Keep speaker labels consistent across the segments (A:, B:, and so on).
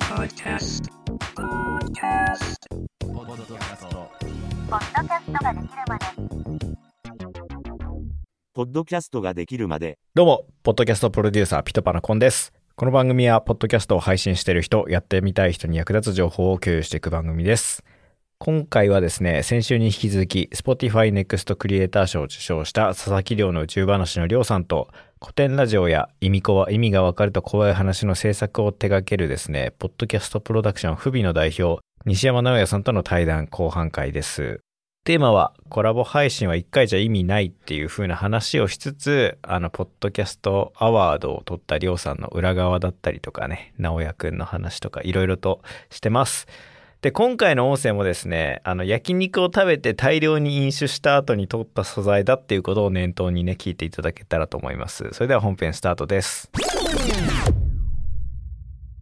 A: Podcast. Podcast.
B: ポッドキャスト。
C: ポッドキャストができるまで。
D: ポッドキャストができるまで、
E: どうも、ポッドキャストプロデューサー、ピトパのコンです。この番組は、ポッドキャストを配信している人、やってみたい人に役立つ情報を共有していく番組です。今回はですね、先週に引き続き、Spotify Next クリエイター賞を受賞した佐々木亮の宇宙話の亮さんと、古典ラジオや意味子は意味がわかると怖い話の制作を手掛けるですね、ポッドキャストプロダクション不備の代表、西山直也さんとの対談後半会です。テーマはコラボ配信は1回じゃ意味ないっていう風な話をしつつ、あの、ポッドキャストアワードを取ったりょうさんの裏側だったりとかね、直哉くんの話とかいろいろとしてます。で、今回の音声もですね、あの、焼肉を食べて大量に飲酒した後に取った素材だっていうことを念頭にね、聞いていただけたらと思います。それでは本編スタートです。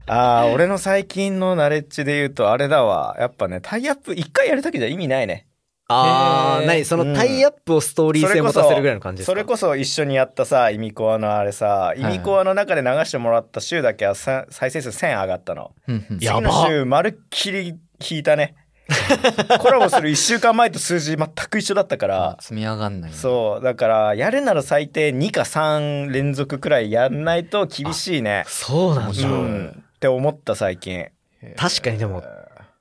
E: あー、俺の最近のナレッジで言うとあれだわ。やっぱね、タイアップ一回やるだけじゃ意味ないね。
F: あ
E: へ
F: あ、
E: ー
F: 何そ
E: うん
F: のタイアップをストーリー性持たせるぐらいの感じですか
E: それこそ一緒にやったさ「イミコア」のあれさ「イ
F: いはい
E: ミコア」の中で流してもらった週だけはさ再生数1000上がったの
F: や
E: 次の
F: ば
E: 週まるっきり引いた ねコラボする1週間前と数字全く一緒だったから
G: 積み上がんないね
E: そうだからやるなら最低2か3連続くらいやんないと厳しいね
F: そうなん
E: う
F: だ。
E: んって思った最近、
F: 確かにでも、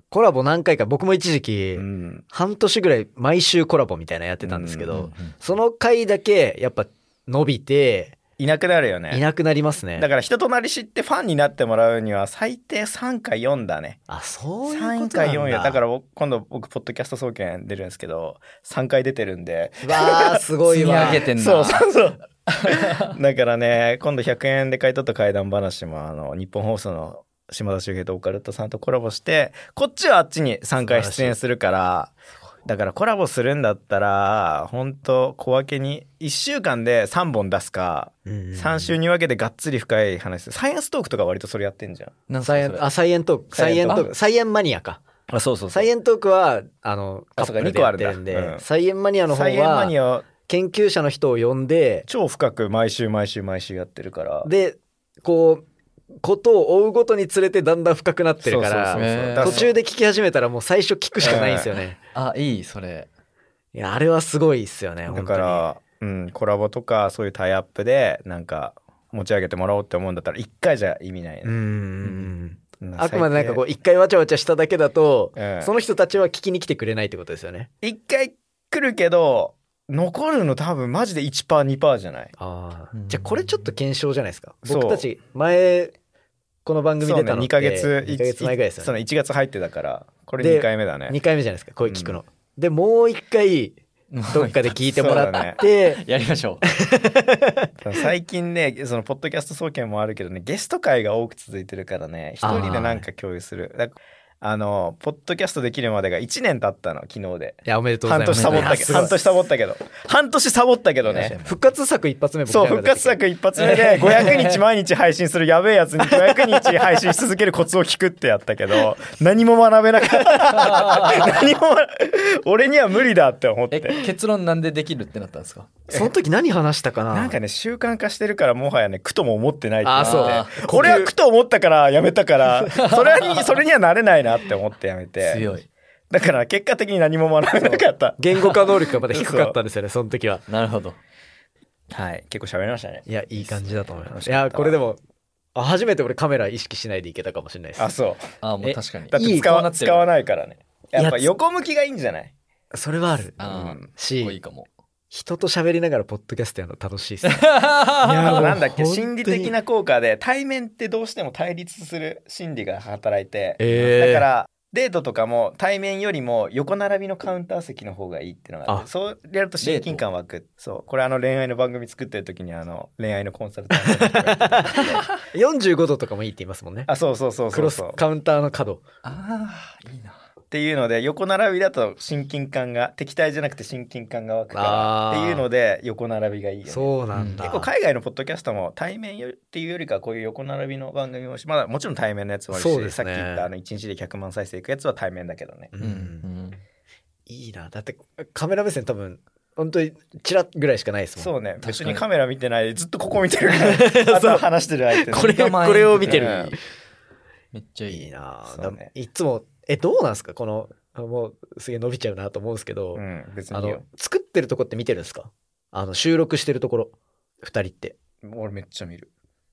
F: コラボ何回か、僕も一時期
E: う、ん、
F: 半年ぐらい毎週コラボみたいなやってたんですけ
E: うんう
F: ど、その回だけ、やっぱ伸びて、
E: いなくなるよね
F: いなくなりますね。
E: だから人となり知ってファンになってもらうには最低3か4だね
F: あ、そういうことなん
E: 3
F: だ。
E: 回4やだから僕今度僕ポッドキャスト総研出るんですけど3回出てるんで
F: うわあ、すごい
G: 積み上
F: わ。
G: げてんな
E: そうそうそう だからね今度100円で買い取った怪談話もあの日本放送の島田秀平とオカルトさんとコラボしてこっちはあっちに3回出演するからだからコラボするんだったら本当小分けに1週間で3本出すか3週に分けてがっつり深い話するサイエンストークとか割とそれやってんじゃん
G: なん
F: サイエ
G: そ
F: ン、
G: れ
F: あ、サイエントーク、サイエント
E: サイエン
F: ーク、サイエンマニアか。
E: あそうそう
F: サイエントークは、あの、カ
E: あ
F: ッ
E: そ
F: プ
E: うか
F: ルでやってるん
E: 二個あるんだう
F: で
E: ん、
F: サイエンマニアの方
E: サイエンマニ
F: は、
E: ア
F: 研究者の人を呼んで、
E: 超深く毎週毎週毎週やってるから
F: でこうことを追うごとにつれてだんだん深くなってるから
E: そうそうそうそう
G: えー
E: だから
F: 途中で聞き始めたらもう最初聞くしかないんですよね、
G: あいいそれ
F: いやあれはすごいっすよね
E: だ
F: 本当
E: か
F: に
E: ら、うん、コラボとかそういうタイアップでなんか持ち上げてもらおうって思うんだったら一回じゃ意味ないね、
F: うんうんうん
E: うん
F: あくまでなんかこ
E: 最
F: う一回わちゃわちゃしただけだと、
E: うん
F: その人たちは聞きに来てくれないってことですよね
E: 低一回来るけど残るの多分マジで 1%2% じゃない
F: あ
G: うん
F: じゃあこれちょっと検証じゃないですか
E: そう
F: 僕たち前この番組
E: そう
F: 出
E: ね
F: たのっ
E: 2
F: て
E: ヶ月
F: 2ヶ月前ぐらいですよね
E: その1月入ってたからこれ
F: で
E: 2回目だね
F: 2回目じゃないですかこれ聞くの、でもう一回 どっかで聞いてもらって、
G: やりましょ
E: 最近ねそのポッドキャスト総研もあるけどねゲスト会が多く続いてるからね一人でなんか共有するだあのポッドキャストできるまでが1年経ったの昨日で
F: いやおめでとうござ
E: 半
F: いま
E: 年
F: す
E: サボったけど半年サボったけど半年サボったけどね
F: 復活作一発目僕
E: そう
F: な
E: 復
F: んか出
E: 活
F: てき
E: 作
F: た
E: 一発目で500日毎日配信するやべえやつに500日配信し続けるコツを聞くってやったけど何も学べなかった 何も学俺には無理だって思っ
G: うえ
E: て
G: 結論なんでできるってなったんですか
F: その時何話したかな
E: なんかね習慣化してるからもはやね苦とも思ってないってなって
G: あ
F: そう
E: 俺は苦と思ったからやめた からそれにそれにはなれないなって思ってやめて
G: 強い
E: だから結果的に何も学べなかった
F: 言語化能力がまだ低かったんですよ ね、その時は。
G: なるほど
E: はい結構喋りましたね
F: いや、いい感じだと思いま
E: 楽し
F: す。い
E: かった
F: や、これでも、あ初めて俺カメラ意識しないでいけたかもしれないで
E: あ
F: す。
E: そう
G: あもう確かに
E: だって使わ使わないからねやっぱ
F: いや
E: 横向きがいいんじゃない
F: それはある。
G: あー
F: し
G: 多い かも
F: 人と喋りながらポッドキャストやるの楽しいです。
E: あ
F: や
E: の
F: もう
E: なんだっけ
F: 本当に
E: 心理的な効果で対面ってどうしても対立する心理が働いて、 だ
F: え
E: からデートとかも対面よりも横並びのカウンター席の方がいいっていうのがあって
F: あ
E: そうやると親近感湧くそうこれあの恋愛の番組作ってる時にあの恋愛のコンサルタントの人が言ってた
F: 45度とかもいいって言いますもんね。
E: あそうそうそう
F: ク
E: そ
F: ロ
E: う
F: ス
E: そう
F: カウンターの角。
G: あーいいな
E: っていうので横並びだと親近感が敵対じゃなくて親近感が湧くから
F: あー
E: っていうので横並びがいいよね
F: そうなんだ。
E: 結構海外のポッドキャストも対面よっていうよりかはこういう横並びの番組もしまだもちろん対面のやつもあるし、
F: そうです
E: さっ
F: ね
E: き言ったあの1日で100万再生いくやつは対面だけどね
F: う
G: うん
F: ん、
G: うん
F: いいな。だってカメラ目線多分、本当にチラッぐらいしかないですもん。
E: そうね
G: かに
E: 別にカメラ見 てないずっとここ見てるからあとは話してる相手
F: これ、
G: そう
F: これを見てる。
G: めっちゃいい。
F: いいなぁ、
E: そうね
F: だいつもえどうなんですかこのあもうすげえ伸びちゃうなと思うんですけど、
E: うん、別
F: あ
E: にいい
F: の
E: よ。
F: 作ってるとこって見てるんですかあの収録してるところ二人って
E: 俺めっちゃ見る。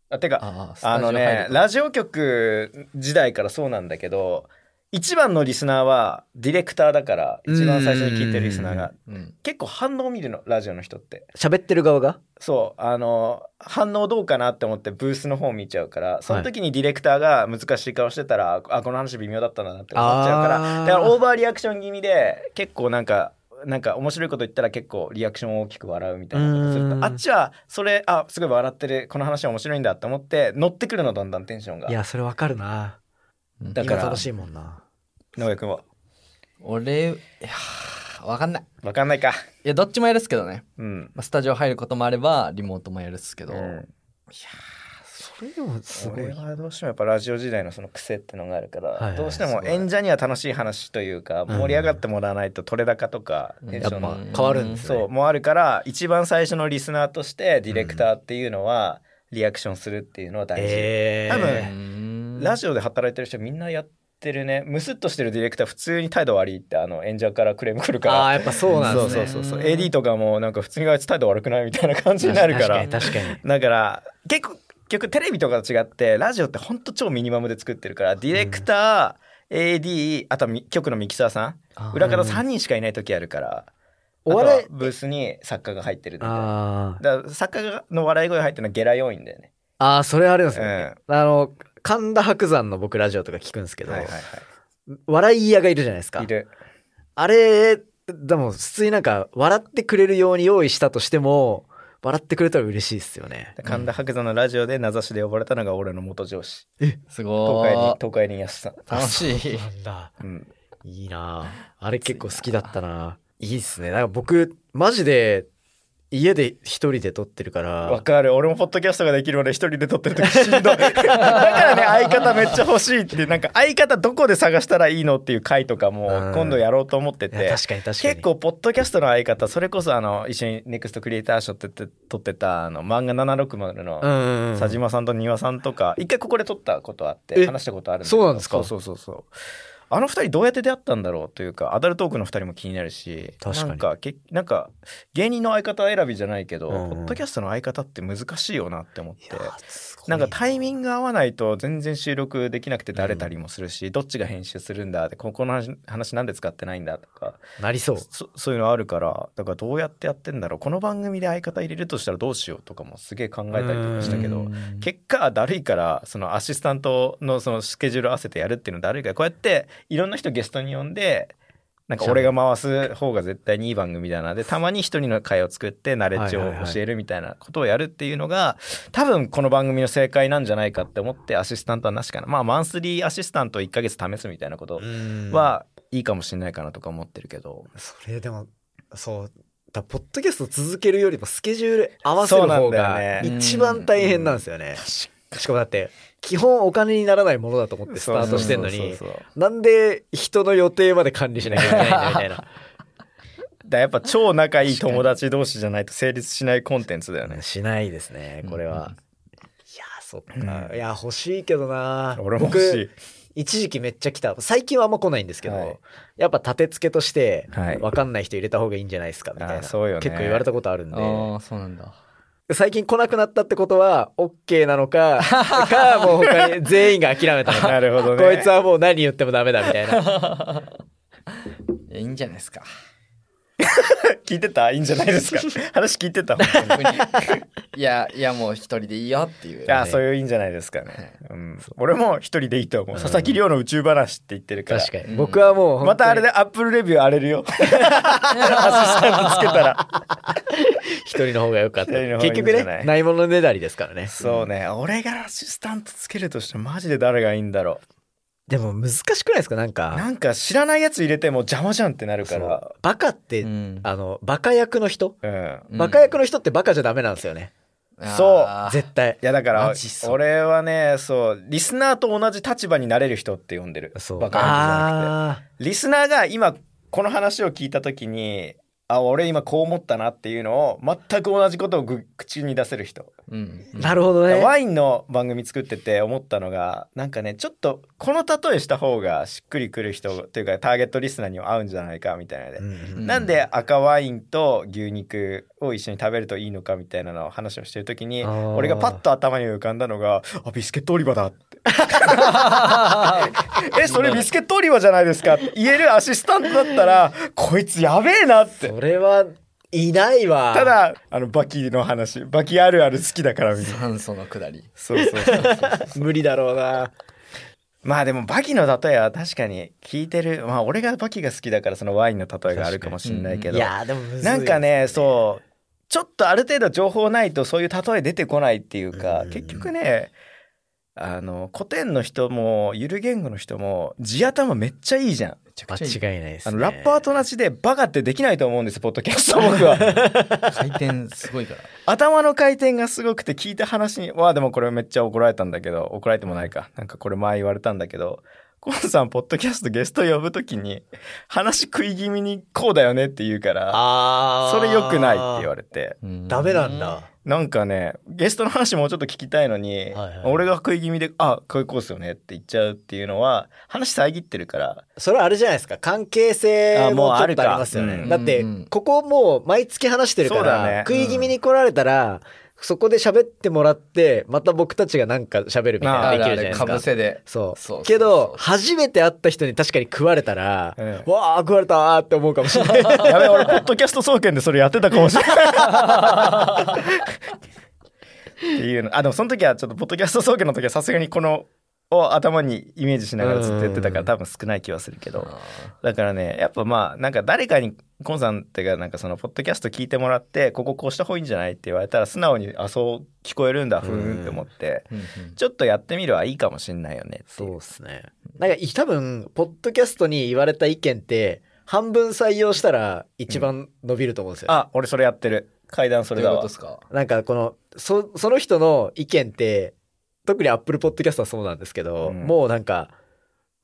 E: あ、てか、
G: ああ、ス
E: あ
G: タジオ
E: のね
G: 入、る
E: ラジオ局時代からそうなんだけど、一番のリスナーはディレクターだから、一番最初に聞いてるリスナーが。
G: うん。
E: 結構反応見るの、ラジオの人って。
F: 喋ってる側が
E: そう、あの、反応どうかなって思ってブースの方見ちゃうから、その時にディレクターが難しい顔してたら、あ、この話微妙だったんだなって思っちゃうから、だからオーバーリアクション気味で結構なんかなんか面白いこと言ったら結構リアクションを大きく笑うみたいなことする
F: う
E: と
F: ん
E: あっちはそれあすごい笑ってるこの話は面白いんだって思って乗ってくるのだんだんテンションが
F: いやそれわかるな
G: だ
E: だ
F: 今
E: から
F: 楽しいもんな
E: 野上君は
G: 俺、いやーわかんない。
E: 分かんないか
G: いや、どっちもやるっすけどね。
E: うん、
G: まあスタジオ入ることもあれば、リモートもやるっすけど。
E: うん、
F: それでもすごい
E: 俺はどうしてもやっぱラジオ時代のその癖ってのがあるから、
F: いはいはい
E: どうして
F: す
E: も
F: ごい
E: 演者には楽しい話というか
F: うん
E: 盛り上がってもらわないと取れ高とか
G: うん
E: テンシ
F: やっ
E: ョンの
F: ぱ変わるんです
E: そ
F: ね
E: うもあるから一番最初のリスナーとしてディレクターっていうのはリアクションするっていうのは大事、
F: えー、
E: 多分
G: 分
E: ラジオで働いてる人みんなやってるねムスっとしてるディレクター普通に態度悪いってあの演者からクレーム来るか
F: あ
E: ら
F: あーやっぱそうなんですね
E: そうそうそうそう
G: うん
E: AD とかもなんか普通にあいつ態度悪くないみたいな感じになるから
F: 確かに確かに
E: だから結構結局テレビとかと違ってラジオってほんと超ミニマムで作ってるからディレクター、AD あとみ局のミキサーさん
G: あー
E: 裏方3人しかいない時あるから
F: うん
E: お笑
F: お笑い
E: ブースに作家が入ってるんでだ
F: あー
E: から作家の笑い声入ってるのはゲラ要因だよね。
F: あーそれあるんです
E: うん、
F: よね
E: は、
F: あの神田伯山の僕ラジオとか聞くんですけ
E: い
F: ど、
E: はいは
F: 笑い屋がいるじゃないですか
E: い。いる。
F: あれ、でも普通になんか笑ってくれるように用意したとしても、笑ってくれたら嬉しいですよね。
E: 神田伯山のラジオで名指しで呼ばれたのが俺の元上司
G: す
E: 東
G: ご
E: 海林
G: ー
E: 東海林康さん、
G: 楽し い。
F: なんだ。
E: うん、
F: いいなああれ結構好きだったな。いいっすね。なんか僕、マジで、家で一人で撮ってるか
E: わ
F: ら、
E: かる俺もポッドキャストができるまで一人で撮ってる時 しんどいだからね相方めっちゃ欲しいってなんか相方どこで探したらいいのっていう回とかも
F: うん
E: 今度やろうと思って
F: いや
E: て
F: 確かに確かに。
E: 結構ポッドキャストの相方それこそあの一緒にネクストクリエイター賞って言って撮ってたあの漫画760の
F: うんうんうん、
E: 佐島さんと丹羽さんとか一回ここで撮ったことあっ
F: え
E: て話したことあるだけど
F: そうなんです
E: そ
F: か
E: うそうそうそうあの二人どうやって出会ったんだろうというかアダルトークの二人も気になるし
F: 確かに
E: なんかけなんか芸人の相方選びじゃないけど、
F: うんうん
E: ポッドキャストの相方って難しいよなって思って
F: いやすごい
E: なんかタイミン
F: グ。
E: グ合わないと全然収録できなくてだれたりもするし、どっちが編集するんだってここの話話なんで使ってないんだとか
F: なりそう。
E: そそういうのあるからだからどうやってやってんだろうこの番組で相方入れるとしたらどうしようとかもすげえ考えたりとかしたけ
G: う
E: ど
G: ん
E: 結果だるいからそのアシスタントのそのスケジュール合わせてやるっていうのだるいからこうやっていろんな人ゲストに呼んでなんか俺が回す方が絶対にいい番組だなでたまに一人の会を作ってナレッジを
F: はいはいはい
E: 教えるみたいなことをやるっていうのが多分この番組の正解なんじゃないかって思ってアシスタントはなしかなまあマンスリーアシスタント1ヶ月試すみたいなこと
F: うん、
E: はいいかもしれないかなとか思ってるけど。
F: それでも、そう。だポッドキャスト続けるよりもスケジュール合わせる
E: そ
F: 方
E: うなんだ
F: が
E: よ
G: ね
F: 一番大変なんですよね。しかもだって基本お金にならないものだと思ってスタートしてんのに
E: そうそうそうそう
F: なんで人の予定まで管理しなきゃいけないんだみ たいな
E: だからやっぱ超仲いい友達同士じゃないと成立しないコンテンツだよね
F: しないですねこれは、
G: うん
F: いやそっか、いや欲しいけどな
E: 俺も欲しい
F: 僕一時期めっちゃ来た最近はあんま来ないんですけど、
E: はい
F: やっぱ立て付けとして
E: はい
F: 分かんない人入れた方がいいんじゃないですかみたいな
E: あそうよね
F: 結構言われたことあるんで
G: ああ、そうなんだ。
F: 最近来なくなったってことは OK な のかかもう他に全員が諦めたのか
E: なるほどね
F: こいつはもう何言ってもダメだみたいな。
G: いやいいんじゃないですか。
E: 聞いてたいいんじゃない ですか話聞いてた本当に
G: 特にいや、いや、もう一人でいいよっていう。
E: あそういういいんじゃないですかね、うん、俺も一人でいいと思う佐々木亮の宇宙話って言ってるから
F: 確かに。
G: うん
F: 僕はもう、
E: またあれでアップルレビュー荒れ るよアシスタントつけたら
F: 一人の方が良かった。
E: 一人の方がいい
F: 結
E: んじゃない
F: 局ね、ないものねだりですからね。
E: そうね俺がアシスタントつけるとしてマジで誰がいいんだろ
F: でも難しくないですかなん
E: う
F: か。
E: なんか知らないやつ入れても邪魔じゃんってなるか
F: そう
E: ら
F: バカっ
G: う
F: て、
G: ん。
F: あの、バカ役の人
E: うん
G: うん
F: バカ役の人ってバカじゃダメなんですよね。
E: そう
G: あー
F: 絶対
E: い。やだから
G: マジそう
E: 俺はねそうリスナーと同じ立場になれる人って呼んでる
F: そう。
E: バカなんじゃなく
F: あ
E: てリスナーが今この話を聞いた時にあ俺今こう思ったなっていうのを全く同じことをぐ口に出せる人
G: うん。
F: なるほどね。
E: ワインの番組作ってて思ったのがなんかねちょっとこの例えした方がしっくりくる人というかターゲットリスナーにも合うんじゃないかみたいなので、
F: うんうん
G: ん
E: なんで赤ワインと牛肉を一緒に食べるといいのかみたいなのを話をしてる時に
F: あー
E: 俺がパッと頭に浮かんだのが「あビスケットオリバ だ」ってえそれビスケットオリバじゃないですか」って言えるアシスタントだったら「こいつやべえな」って
F: それはいないわ。
E: ただあのバキの話バキあるある好きだからみたいな
G: 酸素の下り。
E: そうそうそう
F: 無理だろうな。
E: まあでもバキの例えは確かに聞いてるまあ俺がバキが好きだからそのワインの例えがあるかもしれないけ
F: い
E: ど、
F: やーでもむずい
E: なんかねそうちょっとある程度情報ないとそういう例え出てこないっていうか、
F: うん
E: 結局ねあの古典の人もゆる言語の人も地頭めっちゃいいじゃん。
F: 間違いないです、
E: あ
F: ね、
E: のラッパーと同じでバカってできないと思うんですよポッドキャ スト僕は
G: 回転すごいから。
E: 頭の回転がすごくて聞いた話にわあでもこれめっちゃ怒られたんだけど怒られてもないかなんかこれ前言われたんだけどコンさんポッドキャストゲスト呼ぶときに話食い気味にこうだよねって言うから
F: あ
E: それ良くないって言われ
F: れ
E: て
F: ダメなんだ、
E: なんかねゲストの話もうちょっと聞きたいのに、
F: はいはい
E: 俺が食い気味で「あこういうコースよね」って言っちゃうっていうのは話遮ってるから
F: それはあれじゃないですか関係性
E: あもう
F: もちょ
E: あ
F: っ
E: る
F: と
E: か
F: ありますよね、
E: うん
F: だって、
G: うんうん
F: ここもう毎月話してるか
E: そうだ
F: ら、
E: ね
F: 食い気味に来られたら、そこで喋ってもらってまた僕たちがなんか喋るみた
E: あ
F: いな
G: ある
F: のできるじゃな
G: あ
F: いで
G: る
F: す
G: かぶ
F: か
G: せで。
F: そう
G: そうそうそう
F: けど初めて会った人に確かに食われたら、
E: ええ
F: わあ食われたーって思うかもしれない
E: やべえ俺ポッドキャスト総研でそれやってたかもしれない。っていうのあでもその時はちょっとポッドキャスト総研の時はさすがにこのを頭にイメージしながらずっとやってたから
F: うん
E: 多分少ない気はするけどだからねやっぱまあなんか誰かにコンさんってがなんかそのポッドキャスト聞いてもらってこここうした方がいいんじゃないって言われたら素直にあそう聞こえるんだふーんって思って。
G: うんうん
E: ちょっとやってみるはいいかもしんないよねっていう。
F: っすねなんかい多分ポッドキャストに言われた意見って半分採用したら一番伸びると思うんですよ、
E: あ、俺それやってる。階段そ
G: どう
E: れ
G: いう
E: だ
G: こと
E: わ
G: で。すか
F: なんかこのそその人の意見って特にアップルポッドキャストはそうなんですけど、
E: うん
F: もうなんか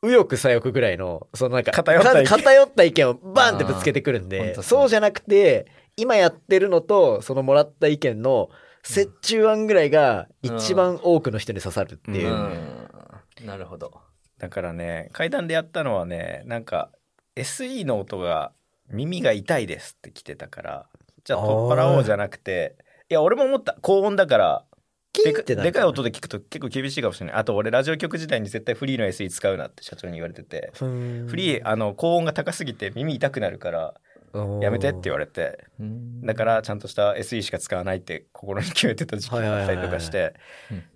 F: 右翼左翼ぐらいのそのなんか
E: 偏った意見
F: か偏った意見をバンってぶつけてくるん
G: あー本
F: で
G: 当そう
F: そうじゃなくて今やってるのとそのもらった意見の折衷案ぐらいが一番多くの人に刺さるっていうう、
G: ん。なるほど。
E: だからね、階段でやったのはね、なんか SE の音が耳が痛いですって来てたから、じゃあ
F: あー
E: 取っ払おうじゃなくて、いや、俺も思った。高音だから、
F: キ
E: で
F: ンっ
E: か
F: てな
E: でかい音で聞くと結構厳しいかもしれない。あと俺ラジオ局時代に絶対フリーの SE 使うなって社長に言われてて、フ
F: フ
E: リー、あの、高音が高すぎて耳痛くなるから、やめてって言われて、だからちゃんとした SE しか使わないって心に決めてた時期があったりとかして、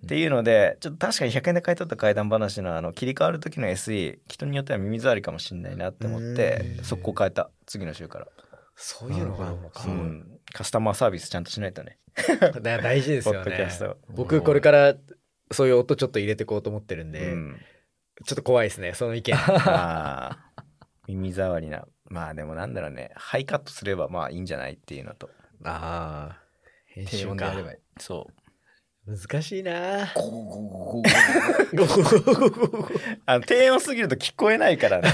E: っていうのでちょっと確かに100円で買い取った怪談話のあの切り替わる時の SE 人によっては耳障りかもしれないなって思って
F: うん
E: 速攻変えた次の週から、
F: そういうのがあるのか
E: う、ん、カスタマーサービスちゃんとしないとね
F: だ大事です
E: ポ
F: よ
E: ッドキ
F: ね
E: ャスト、
F: 僕これからそういう音ちょっと入れてこうと思ってるんで、
E: うん、
F: ちょっと怖いですねその意見
E: あー耳障りなまあでもなんだろうねハイカットすればまあいいんじゃないっていうのと
F: ああ編
G: 低
F: 集
G: 音でや
F: か
G: ればいい。
E: そう
F: 難しいな
G: ゴーゴーゴーゴーゴ
E: あの低音すぎると聞こえない からね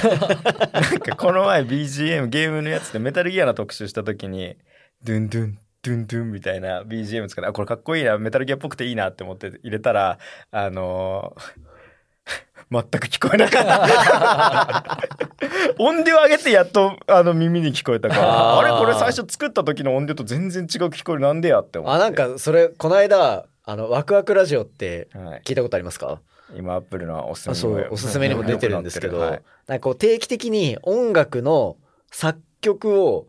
E: なんかこの前 BGM ゲームのやつでメタルギアの特集した時にドゥンドゥンドゥンドゥンみたいな BGM 使ってあこれかっこいいなメタルギアっぽくていいなって思って入れたらあのー全く聞こえなかった 音量上げてやっとあの耳に聞こえたからあ
F: あー
E: れこれ最初作った時の音量と全然違う聞こえるなんでやって思って
F: あなん、かそれこの間あのワクワクラジオって
E: はい、
F: 聞いたことありますか
E: 今アップルのおす
F: あ
E: す
F: そ
E: め
F: うおすすめにも出てるんですけど、
E: はい
F: なんかこう定期的に音楽の作曲を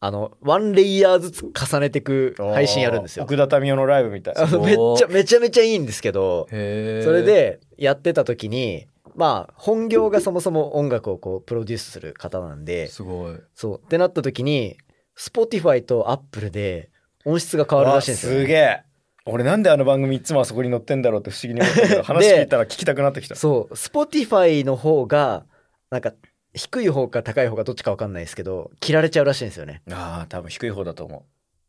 F: あのワンレイヤーずつ重ねてく配信やるんですよ
E: 奥田民生のライブみたいな
F: あのめっちゃめちゃめちゃいいんですけど
G: へー
F: それ、でやってた時にまあ本業がそもそも音楽をこうプロデュースする方なんです
G: ごい。
F: そうってなった時に Spotify と Apple で音質が変わるらしいんですよ、
E: わ
F: ね、
E: すげえ俺なんであの番組いつもあそこに載ってんだろうって不思議に思ったけど話聞いたら聞きたくなってきた
F: そう Spotify の方がなんか低い方か高い方かどっちか分かんないですけど切られちゃうらしいんですよね
E: ああ多分低い方だと思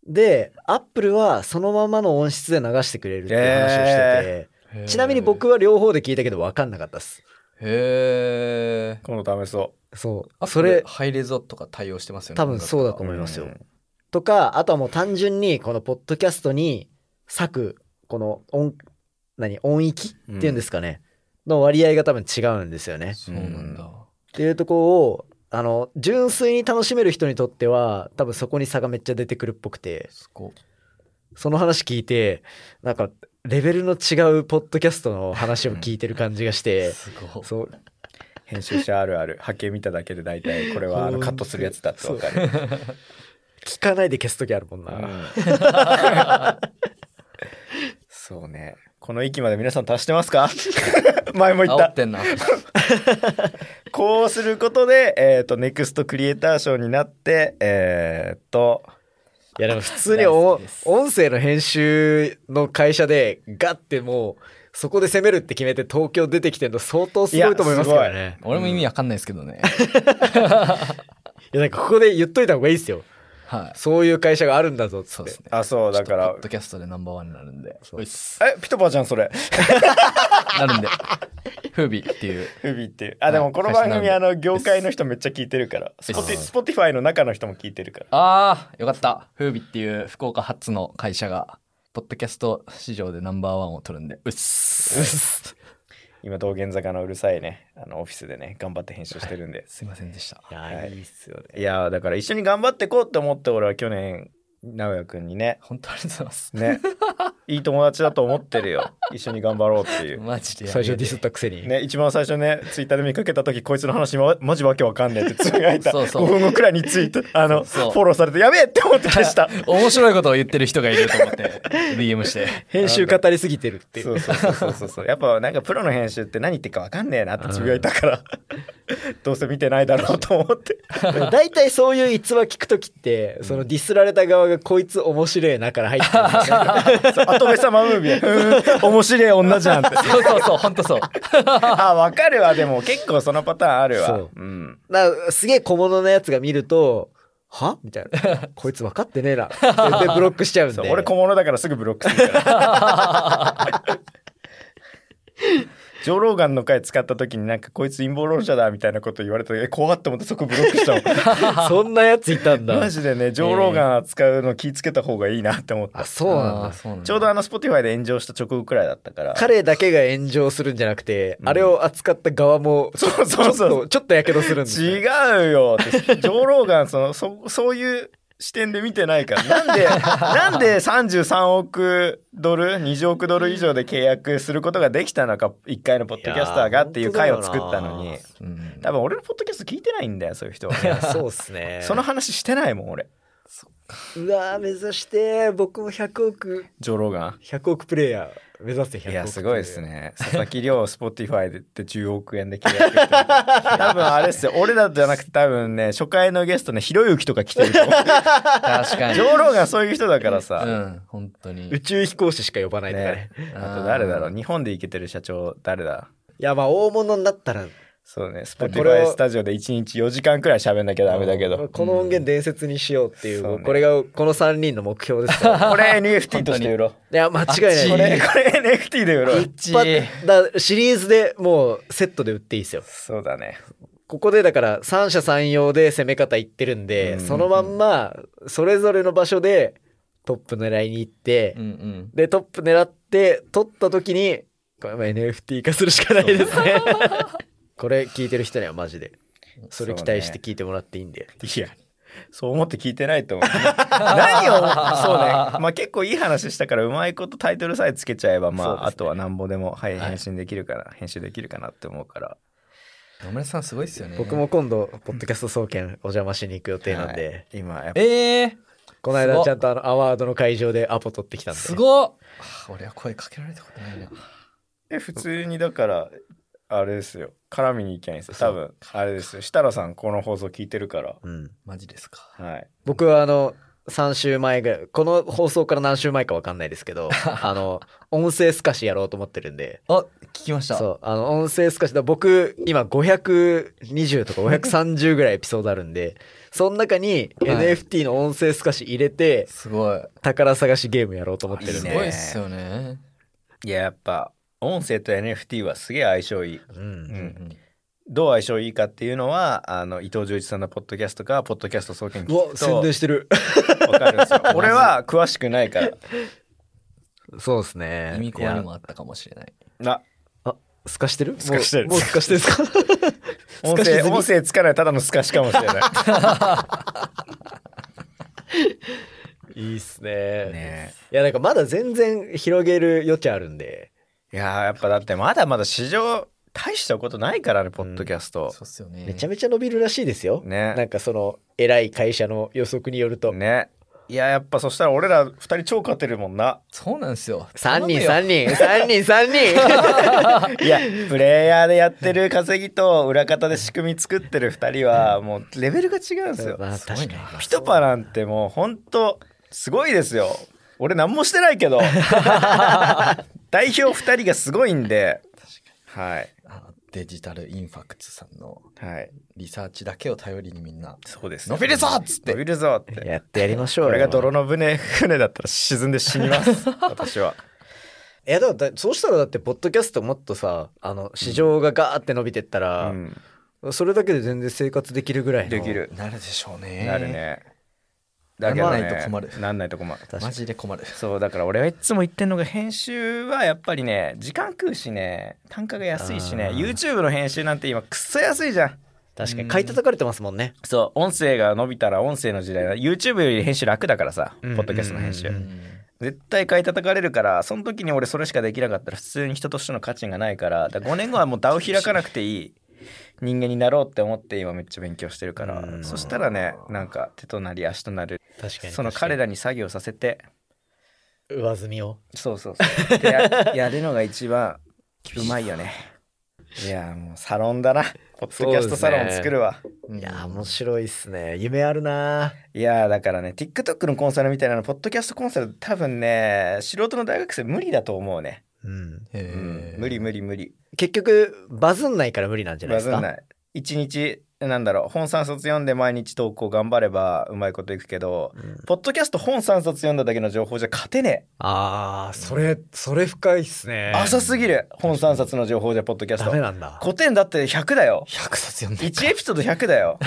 F: で Apple はそのままの音質で流してくれるっていう話をしてて、ちなみに僕は両方で聞いたけど分かんなかったっす
G: へえ
E: う。今度試そ
F: そう
G: あ
F: そ
G: それ
F: れ
G: ハイレゾとか対応してますよね。
F: 多分そうだ
E: う
F: と思いますよ
E: うん
F: とかあとはもう単純にこのポッドキャストに割くこの音何音域っていうんですかね、の割合が多分違うんですよね。
G: そうなんだ。
F: っていうところをあの純粋に楽しめる人にとっては多分そこに差がめっちゃ出てくるっぽくて
G: すごっ。
F: その話聞いてなんかレベルの違うポッドキャストの話を聞いてる感じがして
G: すごっ。
F: そう
E: 編集者あるある波形見ただけで大体これはあのカットするやつだってわかる、
F: 聞かないで消す時あるもんな、
E: そうねこの域まで皆さん達してますか 前も言っ
G: 煽
E: た
G: ってん な。
E: こうすることで、えっ、と、ネクストクリエイター賞になって、えっ、と、
F: いやでも普通にお
E: 大好きです
F: 音声の編集の会社でガッてもうそこで攻めるって決めて東京出てきてるの相当すごいと思いますから
E: い
F: ね。
G: 俺も意味わかんないですけどね。
F: いやなんかここで言っといた方がいいですよ。
G: はい。
F: そういう会社があるんだぞっつ
G: そ
F: っ
G: うで
F: て。
G: すね。
E: あ、そう、だか
G: ちょっと
E: ら
G: ポッ、ドキャストでナンバーワンになるんで。うっす
E: え、ピトパちゃんそれ、
G: な るんで。風靡っていう。
E: フビーっていう。あ、でもこの番組、あの、業界の人めっちゃ聞いてるから、スポティ、スポティファイの中の人も聞いてるから。
G: ああ、よかった。風靡っていう福岡発の会社が、ポッドキャスト市場でナンバーワンを取るんで、うっす。うっす。
E: 今、道玄坂のうるさいね、あの、オフィスでね、頑張って編集してるんで。
G: すいませんでした。
F: いやいいっすよね。
E: いやーだから一緒に頑張ってこうって思って、俺は去年、直也くんにね、
G: 本当ありがとうございます。
E: ね、いい友達だと思ってるよ。一緒に頑張ろうっていう。
G: マジでやめ
F: 最
G: て
F: 初ディスったくせに。
E: ね、一番最初ねツイッターで見かけた時こいつの話まマジわけわかんねえってつぶやいた
G: そうそう
E: 5分後くらいにツイートあの
G: そうそう
E: フォローされてやべえって思って消した
G: 面白いことを言ってる人がいると思って DM して
F: 編集語りすぎてるってい。
E: そううそうそうそう そうやっぱなんかプロの編集って何言ってるかわかんねえなってつぶやいたから どうせ見てないだろうと思って
F: でも大体そういう逸話聞くときって、そのディスられた側がこいつ面白えなから入ってるんです
E: そ
F: よね。
E: う後部様ムービー ふーん面白い女じゃんって
G: そうそうそう本当そう
E: あわかるわでも結構そのパターンある
F: そ
E: わ
F: う
E: うん
F: だからすげえ小物のやつが見ると、はみたいな。こいつ分かってねえな。でブロックしちゃうんで。
E: そう俺小物だからすぐブロックするから ジョーローガンの回使った時になんかこいつ陰謀論者だみたいなこと言われた時え怖っと思ってそこブロック した
F: そんなやついたん
E: もん
F: だ
E: マ。ジでねジョーローガン扱うの気ぃつけた方がいいなって思った
F: あ、そうなん
G: あー
F: だ。
G: そうなんだ
E: ちょうどあの Spotify で炎上した直後くらいだったから
F: 彼だけが炎上するんじゃなくて、
E: ん
F: あれを扱った側も、
E: そうそう
F: ちょっ
E: そう
F: と、ちょっとやけどするんですね。
E: 違うよってジョーローガンその そそういう視点で見てないからなん でなんで33億ドル20億ドル以上で契約することができたのか1回のポッドキャスターがっていう回を作ったの
F: いや
E: に
F: ー本
G: うん
E: 多分俺のポッドキャスト聞いてないんだよそういう人は、
F: いやそうっすね。
E: その話してないもん俺
F: うわー目指して、僕も100億、
E: ジョーローガ
F: 100億プレイヤー目指せ100
E: ン
F: 億プレ
E: い
F: イヤー。
E: やすごいです。ね佐々木亮 Spotify で10億円で契約して る多分あれっすよ俺らじゃなくて多分ね初回のゲストねひろゆきとか来てると 思う
G: 確かに
E: ジョーローガンそういう人だからさ、
G: うん本当に
F: 宇宙飛行士しか呼ばないとかね
E: ね。、あと誰だろう日本で行けてる社長誰だ
F: いや、まあ大物になったら、
E: そうねスポティ
F: こ
E: フ
F: れを
E: ァイスタジオで1日4時間くらい喋んなきゃダメだけど
F: この音源伝説にしようっていう、
E: そうね
F: これがこの3人の目標です から。
E: これ NFT として売ろう
F: いや、間違いない。
E: これこれ NFT で売ろう
F: 一発だシリーズでもうセットで売っていいですよ。
E: そうだね
F: ここでだから三者三様で攻め方いってるんで、
E: うん
F: そのまんまそれぞれの場所でトップ狙いに行って、
G: うんうん
F: でトップ狙って取った時にこれは NFT 化するしかないですね。これ聞いてる人にはマジでそれ期待して聞いてもらっていいん
E: い
F: で。
E: やそう思って聞いてないと思う何 をそうねまあ結構いい話したからうまいことタイトルさえつけちゃえばまあ、あとはなんぼでもはい
G: はい
E: 返信できるから、編集できるかなって思うから
G: 野村さんすごいっすよね
F: 僕も今度ポッドキャスト総研お邪魔しに行く予定なんで、
E: はい今やっぱ
G: ええ
F: この
G: す
F: 間
G: ご
F: ちゃんとあのアワードの会場でアポ取ってきたんで。
G: すごっあ俺は声かけられたことないな
E: え普通にだからあれですよ絡みに行きゃいいんですよ多分あれですよ設楽さんこの放送聞いてるから
F: うん
G: マジですか
E: はい
F: 僕はあの3週前ぐらいこの放送から何週前か分かんないですけ どあの音声透かしやろうと思ってるんで
G: あ聞きました
F: そうあの音声透かしだ僕今520とか530ぐらいエピソードあるんでその中に
G: はい
F: NFT の音声透かし入れて
G: すごい
F: 宝探しゲームやろうと思ってるん
G: す
F: で
G: ごいっすよね
E: いややっぱ音声と NFT はすげえ相性いい、
F: う、
E: うんん、どう相性いいかっていうのはあの伊藤浄一さんのポッドキャストかポッドキャスト総研
F: うわ
E: 聞く
F: 宣伝
E: と
F: してる
E: わかるんですよ俺は詳しくないから
F: そうですね。
G: 意味コアに
F: い
G: もあったかもしれない。
E: な、
F: やすかして る
E: すかしてる
F: もうもうすかしてるんです
E: 音
F: かすかし
E: 声、
F: 済み
E: 音声つかないただの透かしかもしれない。
F: いいっすね
E: ね
F: いや、なんかまだ全然広げる余地あるんで。
E: いやーやっぱだってまだまだ市場、大したことないからね、ポッドキャスト
G: そう。っすよね。
F: めちゃめちゃ伸びるらしいですよ。
E: ね
F: なんかその、偉い会社の予測によると。
E: ね。いや、やっぱそしたら俺ら二人超勝てるもんな。
G: そうなんですよ。
F: 3人、
G: 頼むよ
F: 3人、3人、3人。
E: いや、プレイヤーでやってる稼ぎと裏方で仕組み作ってる二人は、もうレベルが違うんですよ。
F: まあ
G: すごいね。
E: ピトパなんてもう本当すごいですよ。俺何もしてない けど。代表二人がすごいんで。はい。
G: あデジタルインファクツさんの
E: はい。
G: リサーチだけを頼りにみんな。
E: そうですよ
G: 伸びるぞっつっ
E: 伸
G: て
E: びるぞ って。
F: やってやりましょうよ。
E: これが泥の船、船だったら沈んで死にます。私は。
F: いやでもだそうしたらだってポッドキャストもっとさあの市場がガーって伸びてった
E: う
F: ら、
E: ん。
F: それだけで全然生活できるぐらいの
E: できる。
G: なるでしょうね。
E: なる。ね。だけど
G: なんないと困る
E: なんないと困る。
G: マジで困る。
E: そうだから俺はいつも言ってんのが編集はやっぱりね時間食うしね単価が安いしね
F: あー
E: YouTube の編集なんて今くっそ安いじゃん
F: 確かに買い叩かれてますもんね
E: そう音声が伸びたら音声の時代だ YouTube より編集楽だからさ、
F: うん
E: ポッドキャストの編集、
F: うんう
E: 絶対買い叩かれるからその時に俺それしかできなかったら普通に人としての価値がないからだ5年後はもう DAO 開かなくていい人間になろうって思って今めっちゃ勉強してるから、
F: うん
E: そしたらねなんか手となり足となる
F: 確かに
E: その彼らに作業させて
F: 上積みを
E: そうそうそう。でややるのが一番うまいよね。いやもうサロンだな。ポッドキャストサロン作るわ。
G: うん
F: いやー面白いっすね夢あるない
E: やーだからね TikTok のコンサルみたいなのポッドキャストコンサル多分ね素人の大学生無理だと思うね。
F: ー、うん、
G: へ
E: うん
G: ー
E: 無理無理無理。
F: 結局バズんないから無理なんじゃな
E: バ
F: いです
E: ズ
F: か
E: んない。一日なんだろう本3冊読んで毎日投稿頑張ればうまいこといくけど、
F: うん
E: ポッドキャスト本3冊読んだだけの情報じゃ勝てね
F: あーそれそれ深いっす
E: え
F: ね
E: 浅すぎる本3冊の情報じゃポッドキャス
F: ダメ
E: ト
F: なんだ
E: 古典だって100だよ
G: 100冊読んで
E: 1エピソード100だよ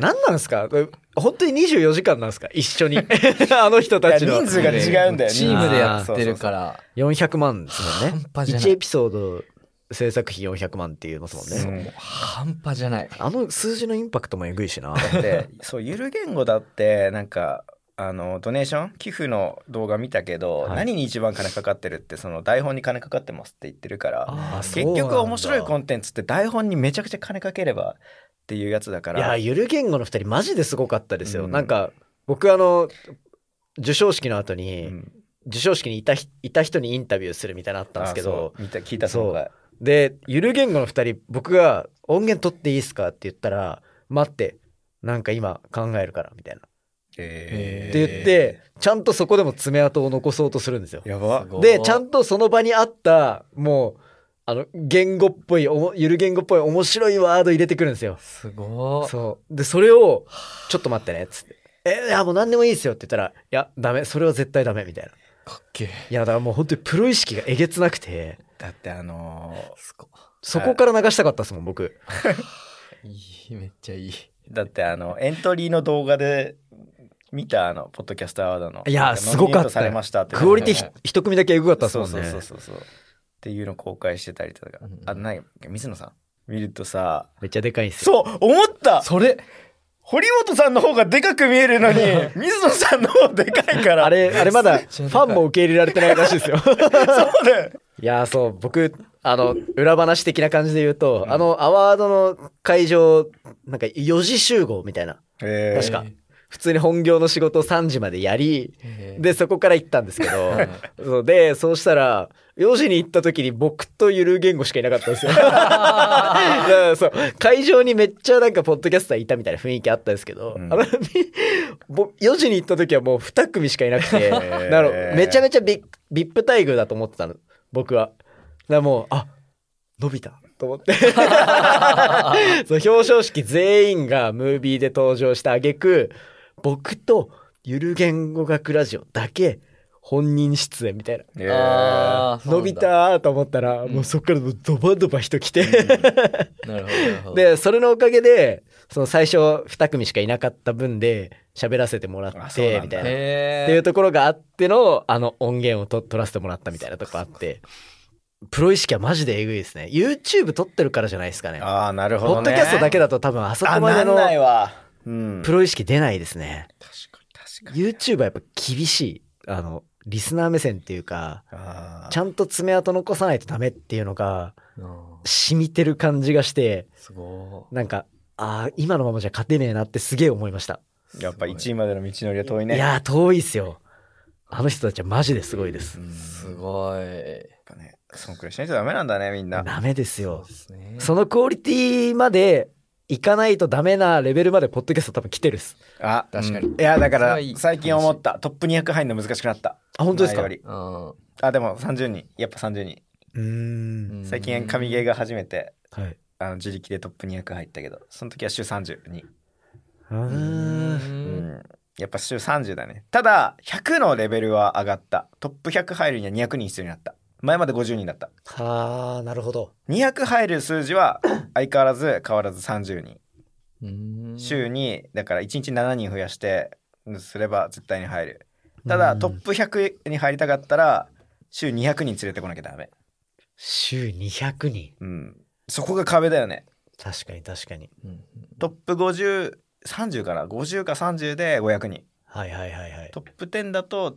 F: 何なんですかこれ本当に24時間なんですか一緒にあの人たち
E: い
F: の
E: や人数が違うんだよ
G: チームでやってるから。
F: 400万ですもんね
G: 半端じゃない
F: 1エピソード制作費400万っていうのですもん
E: そ
F: ね
E: う
G: もう半端じゃない。
F: あの数字のインパクトもえぐいし な
E: でそうゆる言語だってなんかあのドネーション寄付の動画見たけど、
F: はい
E: 何に一番金かかってるってその台本に金かかってますって言ってるから
F: あーそう
E: 結
F: なんだ
E: 局面白いコンテンツって台本にめちゃくちゃ金かければっていうやつだか
F: いや
E: ら
F: ゆる言語の2人マジですごかったですよ、
E: うん
F: なんか僕あの授賞式の後
E: う
F: に、
E: ん
F: 授賞式にいたひいた人にインタビューするみたいなのあったんですけど
E: あそう見た聞いたそうが
F: でゆる言語の2人僕が「音源取っていいっすか?」って言ったら「待ってなんか今考えるから」みたいな、
E: え
F: って言ってちゃんとそこでも爪痕を残そうとするんですよ
E: やば
G: すごい
F: でちゃんとその場にあったもうあの言語っぽいおもゆる言語っぽい面白いワード入れてくるんですよ
G: すごい。
F: そうでそれを「ちょっと待ってね」っつって「えいやもう何でもいいですよ」って言ったら「いやダメそれは絶対ダメ」みたいな
G: かっけえ。
F: いやだからもう本当にプロ意識がえげつなくて
E: だってあの
G: すご
F: そこから流したかったですもん僕
G: い。いい、めっちゃいい。
E: ーだってあのエントリーの動画で見たあのポッドキャストアワードの
F: いや
E: なん
F: す
E: ノ
F: ごかった
E: ミネートされましたって
F: クオリティひ一組だけえぐかったですもんね
E: そうそうそうそうっていうの公開してたりとか、
G: うん
E: あない水野さん見るとさ
F: めっちゃでかいんですよ
E: そう思った
G: それ
E: 堀本さんの方がでかく見える のに水野さんの方でかいから
F: あれあれまだフ
G: ちゃでかい
F: ァンも受け入れられてないらしいですよ
E: そうだよ
F: いやーそう僕あの裏話的な感じで言うと、あのアワードの会場なんか4時集合みたいな
E: え
F: 確か普通に本業の仕事を3時までやりでそこから行ったんですけ どそうでそうしたら4時に行った時に僕とゆる言語しかいなかったんですよ だからそう会場にめっちゃなんかポッドキャスターいたみたいな雰囲気あったんですけど、
E: うん
F: あの みぼ4時に行った時はもう2組しかいなくてだからめちゃめちゃビビップ待遇だと思ってたの僕は。だからもうあ伸びた と思ってそう表彰式全員がムービーで登場した挙句僕とゆる言語学ラジオだけ本人出演みたいな
E: えー
G: あーそうなんだ
F: 伸びたーと思ったら、もうそっからドバドバ人来て、
G: なるほどなるほど。
F: でそれのおかげでその最初2組しかいなかった分で喋らせてもら
E: あ
F: っ
E: そうなん
F: て
E: だ
F: みたいな。っ
G: へ
F: ていう
G: え。
F: ところがあってのあの音源をと撮らせてもらったみたいなとこあってプロ意識はマジでえぐいですね YouTube 撮ってるからじゃないですかね
E: ああ、なるほ
F: ポ
E: ど
F: ッ
E: ね。
F: ドキャストだけ
E: だ
F: だと多分あそ
E: あ、
F: こま
E: な
F: で
E: ん
F: の
E: ないわ。うん。
F: プロ意識出ないですね
E: 確かに確かに。
F: YouTube はやっぱ厳しいあのリスナー目線っていうか
E: あ
F: ちゃんと爪痕残さないとダメっていうのが
G: うん
F: 染みてる感じがして
G: すご
F: なんかああ今のままじゃ勝てねえなってすげえ思いました、
G: い。
E: ーやっぱ1
G: 位。
E: 位までの道のりは遠いね。
F: いやー遠いっすよあの人たちはマジですごいです
E: うん、
G: す
E: やっ
G: ごい。で
E: ぱね、そんくらいしないとダメなんだね、みんな。
F: ダメですよ
G: すね
F: そのクオリティまでいかないとダメなレベルまでポッドキャスト多分来てるっす
E: あ、
G: 確かに
E: うんいや、だか
G: それ
E: ら
G: はいい
E: 最近思った。トップ200入るの難しくなった。
F: あ本当ですか
E: 前より
G: うん
E: あ、でも30人。やっぱ30人。
F: うーん
E: 最近、神ゲーが初めて、
F: はい
E: あの自力でトップ200入ったけど、その時は週32。
F: う
G: う
F: ーん
G: ん。
E: やっぱ週30だね。ただ、100のレベルは上がった。トップ100入るには200人必要になった。前まで50人だった。
F: はあなるほど
E: 200入る数字は相変わらず変わらず30人。
G: うん
E: 週に、だから1日7人増やして、すれば絶対に入る。ただ、
F: うん
E: トップ100に入りたかったら、週200人連れてこなきゃダメ。
F: 週200人
E: うん。そこが壁だよね。
F: 確かに確かに
G: うん
E: トップ50、30かな ?50 か30で500人。
F: はいはいはいはい
E: トップ10だと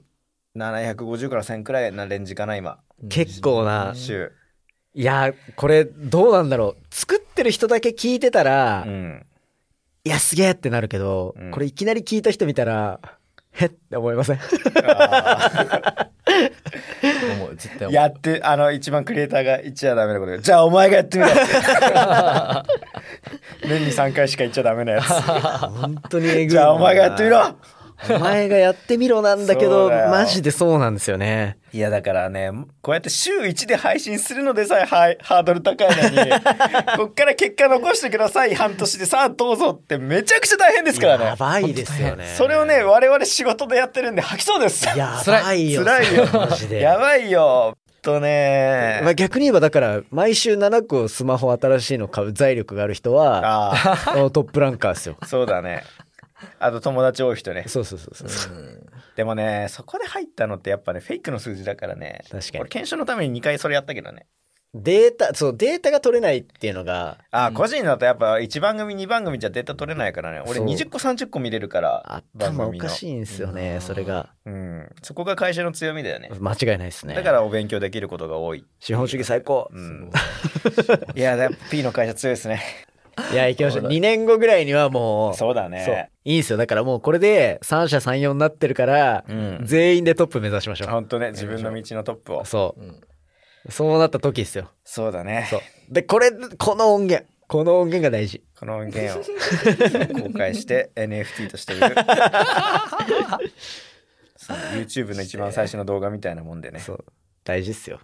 E: 750から1000くらいなレンジかな、今。
F: 結構な
E: 週。
F: いやーこれどうなんだろう作ってる人だけ聞いてたら、
E: うん、
F: いやすげえってなるけど、
E: うん
F: これいきなり聞いた人見たらへっって思いま せん
G: 思う絶対思う
E: やってあの一番クリエイターが言っちゃダメなことじゃあお前がやってみ ろ年に3回しか言っちゃダメなやつ
F: 本当にえぐいな
E: じゃあお前がやってみろ
F: お前がやってみろなんだけ
E: そ
F: ど
E: うだよ
F: マジでそうなんですよね
E: いやだからねこうやって週1で配信するのでさえハイハードル高いの にこっから結果残してください半年でさあどうぞってめちゃくちゃ大変ですから
F: や
E: ね
F: ばいですよね
E: それをね我々仕事でやってるんで吐きそうです
F: やばいよ
E: 辛いよ
F: マジで
E: やばいよとね
F: まあ、逆に言えばだから毎週7個スマホ新しいの買う財力がある人は
E: ああ
F: あのトップランカーですよ
E: そうだね。あと友達多い人ね。
F: そうそうそうそう
E: でもね、そこで入ったのってやっぱね、フェイクの数字だからね。
F: 確かに
E: 俺、検証のために2回それやったけどね。
F: データそうデータが取れないっていうのが
E: あー、個人だとやっぱ1番組、2番組じゃデータ取れないからね。俺
F: そう
E: 20個、30個見れるから。
F: 頭おかし
E: い。
F: いんですよねそれが
E: うん。そこが会社の強みだよね。
F: 間違いないですね
E: だからお勉強できることが多い。
F: 資本主義最高
E: うん。いや、やっぱ P の会社強いですね。
F: いや行きましょう
G: そうだ
F: 2年後ぐらいにはもう
E: そうだ
F: そう
E: ね。
F: いいんですよだからもうこれで三者三様になってるから、
E: うん
F: 全員でトップ目指しましょ
E: 本当ね、自分の道のトップを
F: う。そ
G: うん
F: うそうなった時ですよ
E: そうだね。
F: そうでこれこの音源この音源が大事
E: この音 源を公開して NFT として売るそう YouTube の一番最初の動画みたいなもんでね
F: そう大事っすよ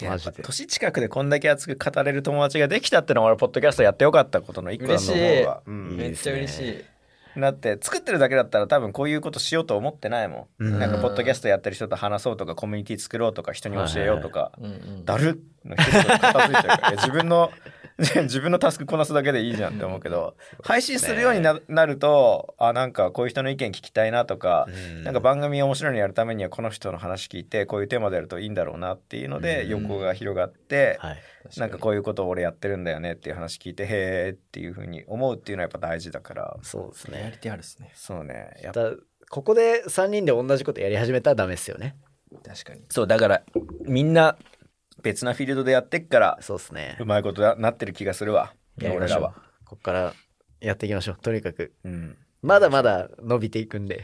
E: や
F: マ
E: っ
F: ジ
E: ぱ
F: で
E: 年近くでこんだけ熱く語れる友達ができたってのは俺ポッドキャストやってよかったことの一個だと思うわ、う
F: いい
E: ん、
G: めっちゃ嬉しい
E: だって作ってるだけだったら多分こういうことしようと思ってないもん、
F: うん
E: なんかポッドキャストやってる人と話そうとかコミュニティ作ろうとか人に教えようとか、
G: うんうん
E: だるっの一つが片付いちゃうから いや自分の自分のタスクこなすだけでいいじゃんって思うけど配信するようにななるとあなんかこういう人の意見聞きたいなとか、なんか番組面白いのやるためにはこの人の話聞いてこういうテーマでやるといいんだろうなっていうので横が広がって、
F: はい
E: なんかこういうことを俺やってるんだよねっていう話聞いてへえっていうふうに思うっていうのはやっぱ大事だから
F: そうです
G: や
F: ね
G: りてあるっすね
E: そうねやっぱ
F: だここで3人で同じことやり始めたらダメっすよね
G: 確かに
E: そうだからみんな別なフィールドでやってっから
F: そうっすね
E: うまいことななってる気がするわ
F: やりま
E: 俺
F: しょ
E: ら
F: う
E: は。
F: こっからやっていきましょうとにかく
E: うん
F: まだまだ伸びていくんで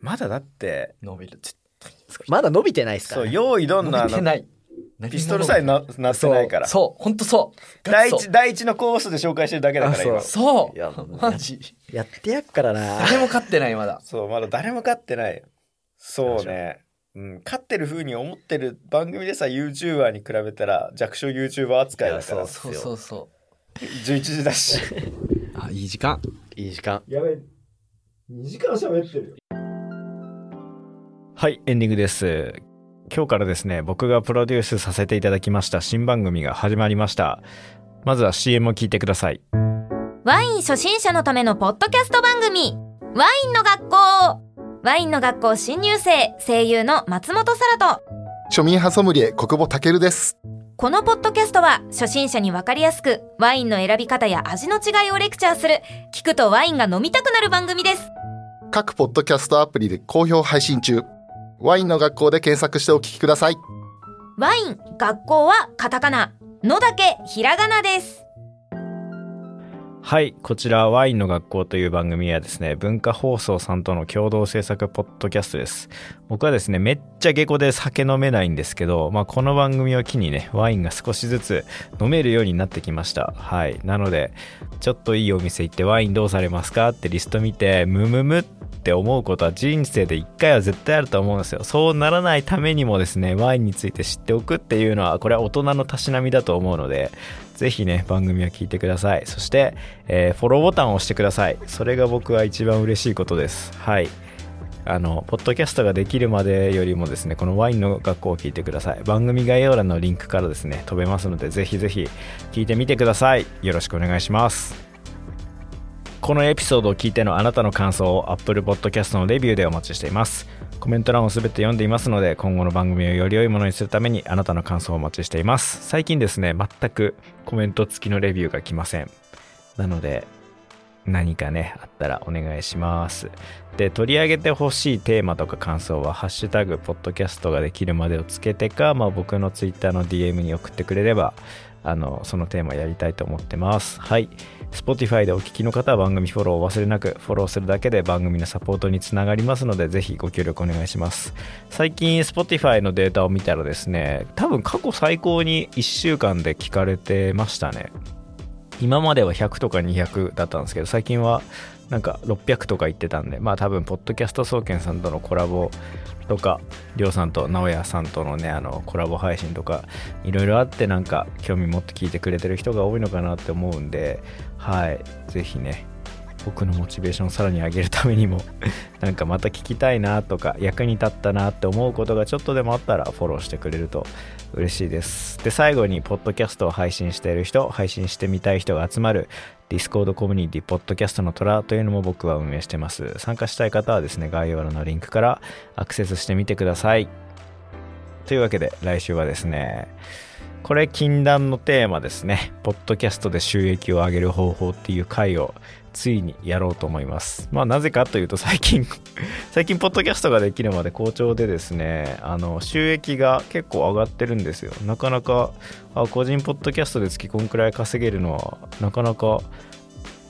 E: まだだって、
G: 伸びる絶対
F: まだ伸びてないっすから
E: そう、
F: ね、
E: 用意どんなあ
G: 伸びて
E: の
G: ない
E: ピストルさえななってないから。
G: そう本当そう
E: 第
G: ガッ
E: 一、第一のコースで紹介してるだけだから、今。
F: あそう
G: ツそう
F: いや
G: マジ
F: やってやっからな
G: 誰も勝ってないまだ
E: そう、まだ誰も勝ってない。そうね。うん、勝ってる風に思ってる番組でさ、YouTuber に比べたら弱小 YouTuber 扱いだか
F: いや
E: ら、
F: そ
G: そうそうそ
E: 11時だし。
G: うあいい時間
F: いい時間
E: やべ、2時間喋ってるよ。はい。エンディングです。
H: です今日からですね僕がプロデュースさせていただきました新番組が始まりましたまずは CM を聞いてください
I: ワイン初心者のためのポッドキャスト番組、ワインの学校。ワインの学校新入生、声優の松本沙羅と、
J: 庶民派ソムリエ国母たけるです
I: このポッドキャストは初心者にわかりやすく、ワインの選び方や味の違いをレクチャーする、聞くとワインが飲みたくなる番組です。
J: 各ポッドキャストアプリで好評配信中ワインの学校で検索してお聞きください
I: ワイン、学校はカタカナ、のだけひらがなです。
E: はい、こちらワインの学校という番組はですね、文化放送さんとの共同制作ポッドキャストです。僕はですね、めっちゃ下戸で酒飲めないんですけど、まあこの番組を機にね、ワインが少しずつ飲めるようになってきました。はい。なので、ちょっといいお店行ってワインどうされますかってリスト見て、ムムムって思うことは人生で一回は絶対あると思うんですよ。そうならないためにもですね、ワインについて知っておくっていうのは、これは大人のたしなみだと思うので、ぜひね、番組を聞いてください。そして、えーフォローボタンを押してください。それが僕は一番嬉しいことです。はい。あの、ポッドキャストができるまでよりもですね、このワインの学校を聞いてください。番組概要欄のリンクからですね、飛べますので、ぜひぜひ聞いてみてください。よろしくお願いします。このエピソードを聞いてのあなたの感想を Apple Podcast のレビューでお待ちしています。コメント欄をすべて読んでいますので、今後の番組をより良いものにするためにあなたの感想をお待ちしています。最近ですね、全くコメント付きのレビューが来ません。なので、何かね、あったらお願いします。で、取り上げてほしいテーマとか感想は、ハッシュタグ、ポッドキャストができるまでをつけてか、まあ僕の Twitter の DM に送ってくれれば、あの、そのテーマやりたいと思ってます。はい。Spotify でお聞きの方は番組フォローを忘れなく、フォローするだけで番組のサポートにつながりますので、ぜひご協力お願いします。最近 Spotify のデータを見たらですね、多分過去最高に1週間で聞かれてましたね。今までは100とか200だったんですけど最近はなんか600とか言ってたんでまあ多分ポッドキャスト総研さんとのコラボとかりょうさんと直哉さんとのねあのコラボ配信とかいろいろあってなんか興味持って聞いてくれてる人が多いのかなって思うんではい是非ね僕のモチベーションをさらに上げるためにもなんかまた聞きたいなとか役に立ったなって思うことがちょっとでもあったらフォローしてくれると嬉しいです。で、最後に、ポッドキャストを配信している人、配信してみたい人が集まる、ディスコードコミュニティ、ポッドキャストの虎というのも僕は運営してます。参加したい方はですね、概要欄のリンクからアクセスしてみてください。というわけで、来週はですね、これ禁断のテーマですね。ポッドキャストで収益を上げる方法っていう回をついにやろうと思います。まあなぜかというと最近、最近ポッドキャストができるまで好調でですね、あの収益が結構上がってるんですよ。なかなかあ個人ポッドキャストで月こんくらい稼げるのはなかなか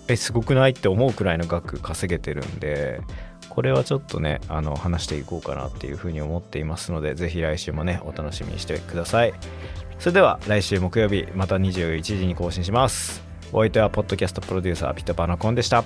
E: えすごくないって思うくらいの額稼げてるんで。これはちょっとね、あの、話していこうかなっていうふうに思っていますので、ぜひ来週もね、お楽しみにしてください。それでは来週木曜日また21時に更新します。お相手はポッドキャストプロデューサーピットパーナコンでした。